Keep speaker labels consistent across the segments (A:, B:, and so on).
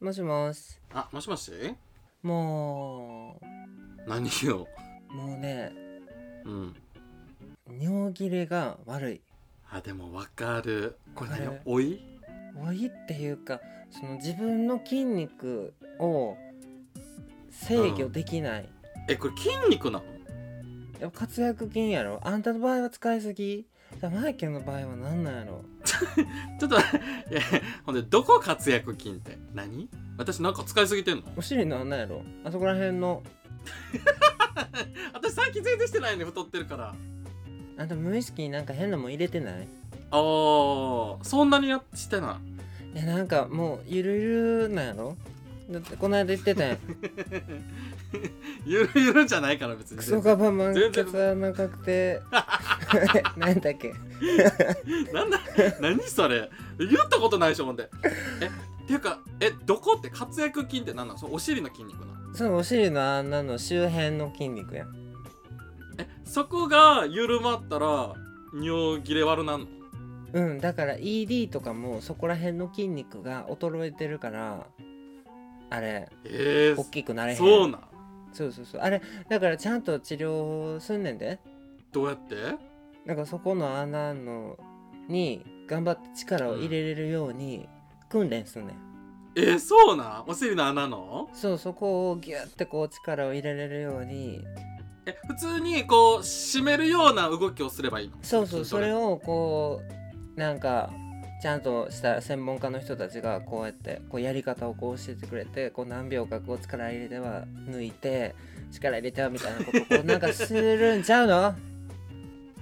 A: もしもし。
B: あ、もしもし
A: も
B: 何よ。
A: う、もうね、
B: うん。
A: 尿切れが悪い。
B: あ、でもわかる。これ
A: わか
B: 何
A: る
B: おい
A: 老いっていうか、その自分の筋肉を制御できない。
B: え、これ筋肉なの
A: やっぱ活躍筋やろ。あんたの場合は使いすぎ。じゃあマイケルの場合は何なんやろ。
B: ちょっと、いや、ほんで、どこ活躍筋って。何私なんか使いすぎてんの
A: お尻の穴やろ。あそこら辺の。
B: 私最近全然してないのに太ってるから。
A: あんた無意識になんか変なもん入れてない
B: あー、そんなにやしてない
A: やなんかもうゆるゆるなんやろだってこの間言ってたやん
B: い。ゆるゆるじゃないから別に。
A: クソガバ満
B: 全
A: 血穴確 定何だっけ
B: なんだ、何それ言ったことないでしょ、ほんで。え、っていうか、え、どこって活躍筋って何なのそのお尻の筋肉なの
A: そのお尻の穴の周辺の筋肉やん
B: えそこが緩まったら尿切れ悪なんの
A: うんだから ED とかもそこら辺の筋肉が衰えてるからあれ
B: え
A: 大きくなれへん
B: そうなん
A: そうそうそうあれだからちゃんと治療すんねんで
B: どうやって
A: なんかそこの穴のに頑張って力を入れれるように訓練すんねん
B: えー、そうなんお尻の穴の
A: そうそこをギュッてこう力を入れれるように
B: え普通にこう締めるような動きをすればいいの
A: そうそう
B: 筋
A: そ
B: トレ
A: れをこうなんかちゃんとした専門家の人たちがこうやってこうやり方をこう教えてくれてこう何秒かこう力入れては抜いて力入れてはみたいなことをこ うなんかするんちゃうの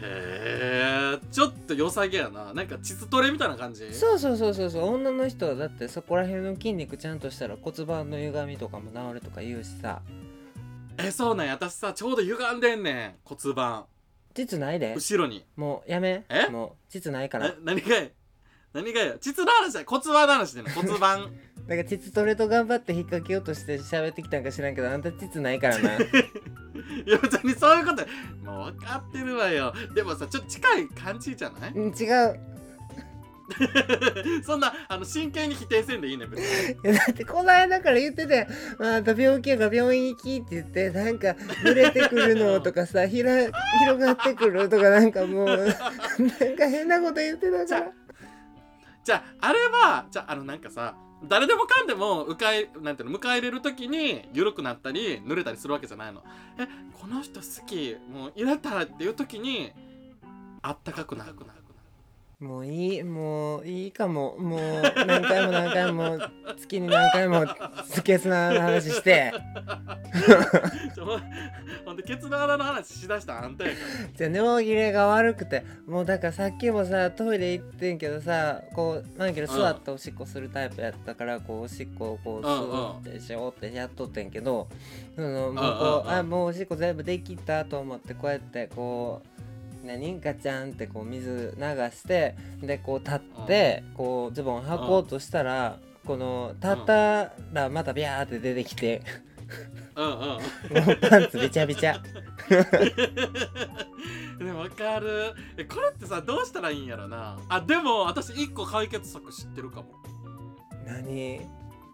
B: へえちょっと良さげやななんか膣トレみたいな感じ
A: そうそうそうそうそう女の人はだってそこら辺の筋肉ちゃんとしたら骨盤の歪みとかも治るとか言うしさ
B: えそうなんや私さちょうど歪んでんねん骨盤
A: 実ないで
B: 後ろに
A: もうやめ
B: え
A: もう実ないから
B: え何がや何がや膣の話だ骨盤の話でね骨盤
A: なんか膣トレと頑張って引っ掛けようとして喋ってきたんか知らんけどあんた膣ないから な
B: いや別にそういうこともう分かってるわよでもさちょっと近い感じじゃない
A: うん違う
B: そんなあの真剣に否定せんでいいね別に
A: いやだってこの間から言ってたやんまああんた病気やから病院行きって言ってなんか濡れてくるのとかさひら広がってくるとかなんかもうなんか変なこと言ってた
B: じ
A: か
B: ゃ
A: ら
B: じゃああれはじゃああのなんかさ誰でもかんでもうかいなんていうの迎え入れる時に緩くなったり濡れたりするわけじゃないのえこの人好きもう入れたっていう時にあったかくなるくなる
A: もういいもういいかももう何回も何回も月に何回もスケスな話して
B: ちょほんほんでケツの穴の話しだしたんあんたやから
A: じゃあ尿切れが悪くてもうだからさっきもさトイレ行ってんけどさこうマイケル座っておしっこするタイプやったからこうおしっこをこう座ってしようってやっとってんけどそのもうこ
B: うんうんう
A: うんあもうおしっこ全部できたと思ってこうやってこう何ガチャンってこう水流してでこう立ってこうズボン履こうとしたらこの立ったらまたビャーって出てき て
B: うんうん
A: もうパンツびちゃびちゃ。
B: でもわかるえこれってさどうしたらいいんやろなあでも私一個解決策知ってるかも
A: 何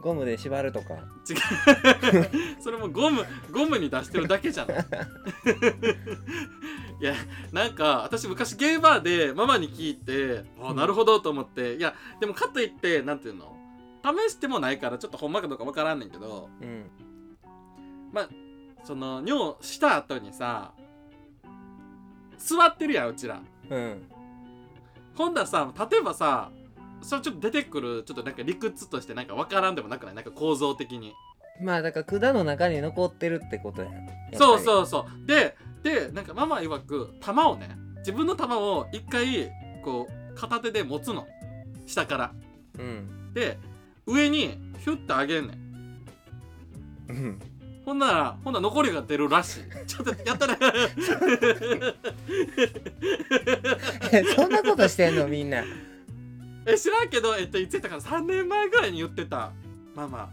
A: ゴムで縛るとか。
B: 違うそれもゴムゴムに出してるだけじゃないいやなんか私昔ゲイバーでママに聞いてあなるほどと思っていやでもかといってなんていうの試してもないからちょっとほんまかどうかわからんねんけど
A: うん
B: まあその尿した後にさ座ってるやんうちら
A: うん
B: ほんならさ例えばさそれちょっと出てくるちょっとなんか理屈としてなんか分からんでもなくないなんか構造的に
A: まあだから管の中に残ってるってことや
B: そ
A: う
B: うそうそうででなんかママ曰く玉をね自分の玉を一回こう片手で持つの下から
A: うん
B: で上にヒュッて上げんねん
A: うん
B: ほんならほんなら残りが出るらしいちょっとやったね
A: そんなことしてんのみんな
B: え知らんけどえっといつやったから3年前ぐらいに言ってたママ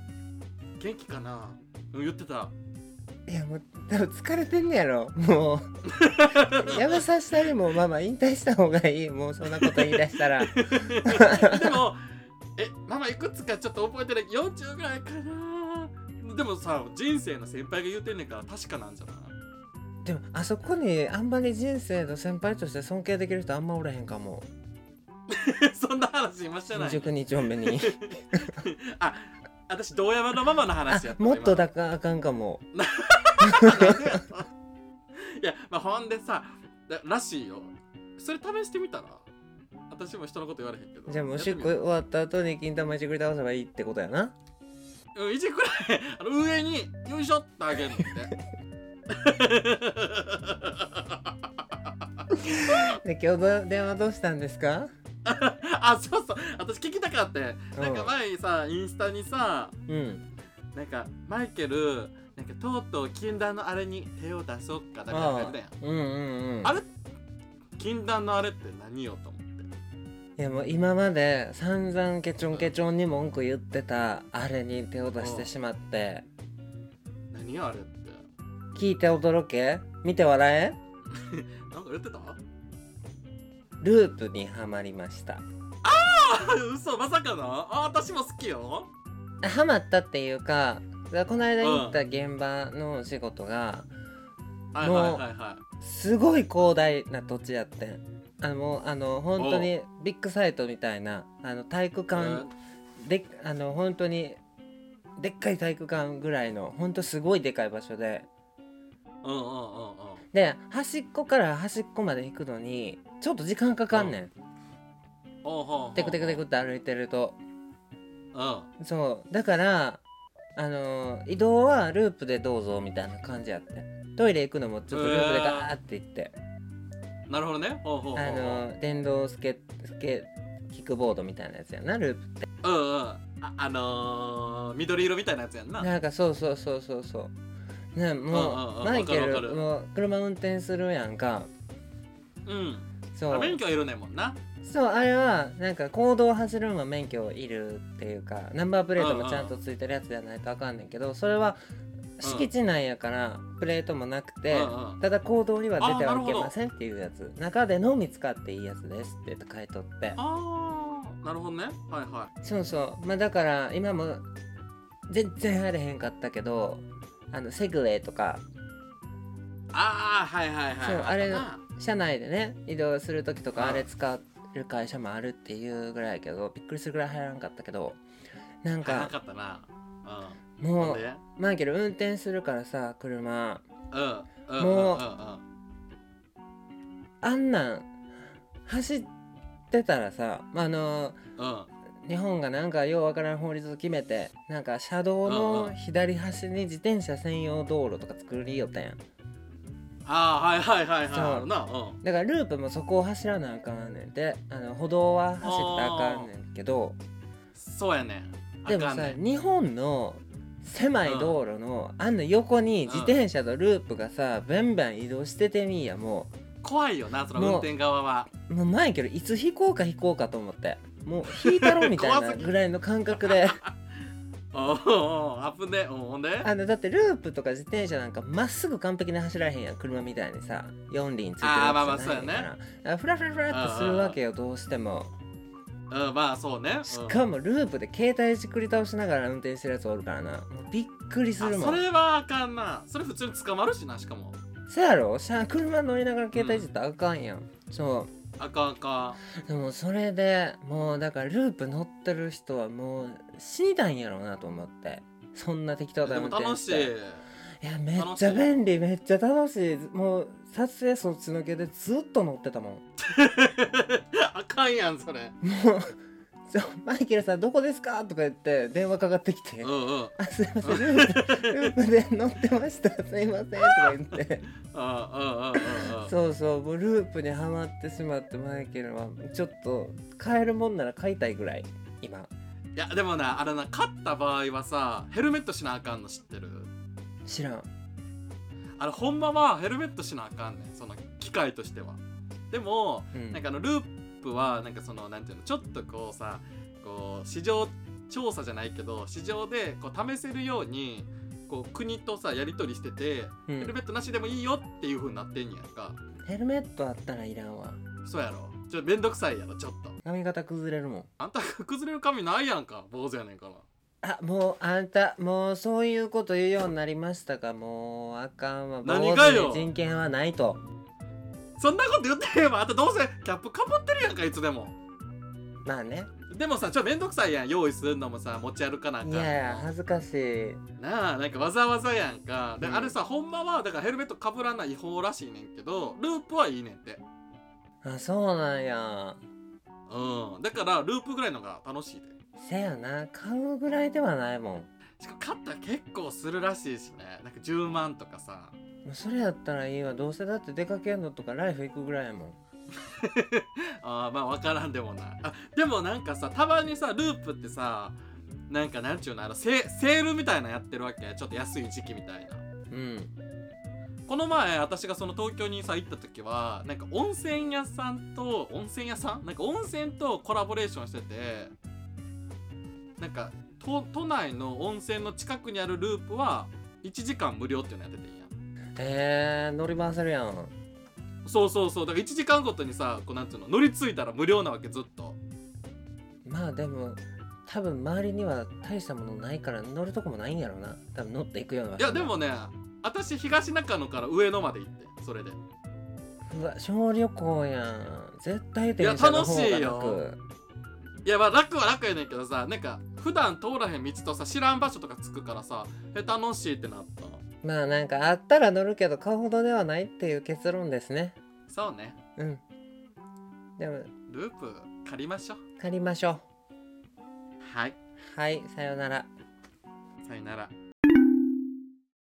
B: 元気かなうん言ってた
A: いやもう多分疲れてんねやろも うやめさせたりもママ引退した方がいいもうそんなこと言い出したら
B: でもえママいくつかちょっと覚えてない40ぐらいかなでもさ人生の先輩が言うてんねんから確かなんじゃない
A: でもあそこにあんまり人生の先輩として尊敬できる人あんまおらへんかも
B: そんな話今してな
A: 新
B: い
A: 宿2丁目に
B: あ私堂山のママの
A: あ
B: 話やった
A: もっと
B: 今
A: だかあかんかも
B: いやまあほんでさだらしいよそれ試してみたら私も人のこと言われへんけど
A: じゃあもうおしっこ
B: やって
A: 終わった後に金玉いじくり倒せばいいってことやな
B: みよううんいじくらへん あの上によいしょってあげるのって
A: で今日の電話どうしたんですか
B: あそうそう私聞きたかって
A: うん
B: なんか前にさインスタにさ
A: うん
B: なんかマイケルなんかとうとう禁断のあれに手を出そうかだからやってたやん
A: うんうんうん
B: あれ禁断のあれって何よと思って
A: いやもう今まで散々ケチョンケチョンに文句言ってたあれに手を出してしまって
B: 何よあれって
A: 聞いて驚け見て笑え
B: なんか言ってた あ
A: ループにはまりました
B: 嘘まさかのあ私も好きよ
A: ハマったっていうかこの間行った現場のお仕事が
B: はいはいはいは
A: すごい広大な土地やってんあのもうあの本当にビッグサイトみたいなあの体育
B: い、
A: 館であの本当にでっかい体育館ぐらいの本当すごいでかい場所で
B: うんうんうんうん
A: で端っこから端っこまで行くのにちょっと時間かかんねん
B: おうほうほう
A: テクテクテクって歩いてると
B: うんあ
A: そうだからあのー移動はループでどうぞみたいな感じやってトイレ行くのもちょっとループでガーって行って、
B: なるほどねほうほうほう
A: あのー電動スケスケキックボードみたいなやつやなループって
B: うんうんああのー、緑色みたいなやつやんな
A: なんかそうそうそうそうそうね
B: うんうん
A: も
B: う
A: うんマイケ
B: わ
A: ル
B: かるわかる
A: もう車運転するやんか
B: うん
A: そう
B: 免許いるねんもんな
A: そうあれはなんか公道を走るのは免許いるっていうかナンバープレートもちゃんとついてるやつじゃないとあかんねんけどそれは敷地内やからプレートもなくて
B: うんうん
A: ただ公道には出て
B: あー
A: は
B: なる
A: い
B: ほ
A: け
B: ど
A: ませんっていうやつ中でのみ使っていいやつですって書いとって
B: あーなるほどねはいは
A: そうそうまあだから今も全然入れへんかったけどあのセグウェイとか
B: いああはいはいはいはい
A: そうあれ
B: な
A: 車内でね移動する時と
B: うん
A: かあれ使う会社もあるっていうぐらいやけどびっくりするぐらい入らんかったけどなん
B: 入らな
A: か
B: かったなうんほ
A: もう
B: んで
A: マイケル運転するからさ車
B: うんうん
A: もう
B: うん
A: あんなん走ってたらさまああの
B: うんうん
A: 日本がなんかようわからん法律を決めてなんか車道
B: うんう
A: の
B: ん
A: 左端に自転車専用道路とか作りよったやん
B: ああーはいはいはいは
A: そ
B: い
A: う
B: あるなうん
A: だからループもそこを走らなあかんねんであの歩道は走ったらあかんねんけど
B: そうやねん
A: でも
B: あかん
A: さ
B: ねん
A: 日本の狭い道路のあんの横に自転車とループがさバンバン移動しててみんやも
B: 怖いよなその
A: もう
B: 運転側は
A: うもうマイケルいつ引こうか引こうかと思ってもう引いたろみたい
B: 怖
A: な
B: すぎ
A: ぐらいの感覚 で
B: おうおうあぶねえおうほんで
A: あのだってループとか自転車なんかまっすぐ完璧に走らへんやん車みたいにさ4輪ついてる
B: あーまあま
A: わ
B: あ
A: けじゃないねんからだ
B: そ
A: からフラフラフラってするわけよどうしても
B: うんまあそうね
A: し
B: うん
A: かもループで携帯じっくり倒しながら運転してるやつおるからなもうびっくりするも
B: あそ
A: ん
B: れはあかんなそれ普通に捕まるしなしかも
A: そやろしゃ車乗りながら携帯じったらあかんやん、そ
B: あかんあか
A: うでもそれでもうだからループ乗ってる人はもう死にたいんやろうなと思ってそんな適当
B: ん
A: な
B: で
A: 運
B: も
A: 転
B: 楽
A: し
B: してい
A: いやめっちゃ便利めっちゃ楽しいもう撮影そっちのけでずっと乗ってたもんも
B: あかんやんそれ
A: うそう「マイケルさんどこですか?」とか言って電話かかってきて「
B: うんうん
A: あすいませんループループで乗ってましたすいません」とか言って
B: あうんうんうんうん
A: そうそうもうループにはまってしまってマイケルはちょっと買えるもんなら買いたいぐらい今
B: いやでもなあれな勝った場合はさヘルメットしなあかんの知ってる
A: 知らん
B: あれほんまはヘルメットしなあかんねんその機械としてはでも
A: うん
B: なんかあのループはなんかそのなんていうのちょっとこうさこう市場調査じゃないけど市場でこう試せるようにこう国とさやり取りしてて、
A: うん
B: ヘルメットなしでもいいよっていう風になってんやんか
A: ヘルメットあったらいらんわ
B: そうやろちょっとめんどくさいやろちょっと
A: 髪型崩れるもん
B: あんた崩れる髪ないやんか坊主やねんから
A: あもうあんたもうそういうこと言うようになりましたかもうあかんわ
B: 何が
A: 坊
B: よ
A: 主に人権はないと
B: そんなこと言ってればあんたどうせキャップかぶってるやんかいつでも
A: まあね
B: でもさちょっとめんどくさいやん用意するのもさ持ち歩かなあかん
A: いやいや恥ずかしい
B: なあなんかわざわざやんかで、
A: うん
B: あれさほんまはだからヘルメットかぶらない違法らしいねんけどループはいいねんって
A: あそうなんや
B: うんだからループぐらいのが楽しいで
A: せやな買うぐらいではないもん
B: しかも買ったら結構するらしいしねなんか10万とかさ
A: もうそれやったらいいわどうせだって出かけんのとかライフ行くぐらいやもん
B: あーまあ分からんでもないあでもなんかさたまにさループってさなんかなんちゅうのあのセセールみたいなのやってるわけちょっと安い時期みたいな
A: うん
B: この前私がその東京にさ行った時はなんか温泉屋さんと温泉屋さんなんか温泉とコラボレーションしててなんか都都内の温泉の近くにあるループは1時間無料っていうのやってていいやん
A: へえ乗り回せるやん
B: そうそうそうだから1時間ごとにさこうなんていうの乗り継いだら無料なわけずっと
A: まあでも多分周りには大したものないから乗るとこもないんやろうな多分乗っていくようない
B: やでもね私東中野から上野まで行ってそれで
A: うわ小旅行やん絶対電車の方
B: い
A: が
B: や楽
A: 楽
B: しいよいやまあ楽は楽やねんけどさなんか普段通らへん道とさ知らん場所とかつくからさえ楽しいってなった
A: まあなんかあったら乗るけど買うほどではないっていう結論ですね
B: そうね
A: うんでも
B: ループ借りましょう
A: 借りましょ
B: はいう
A: はいさようなら
B: さよなら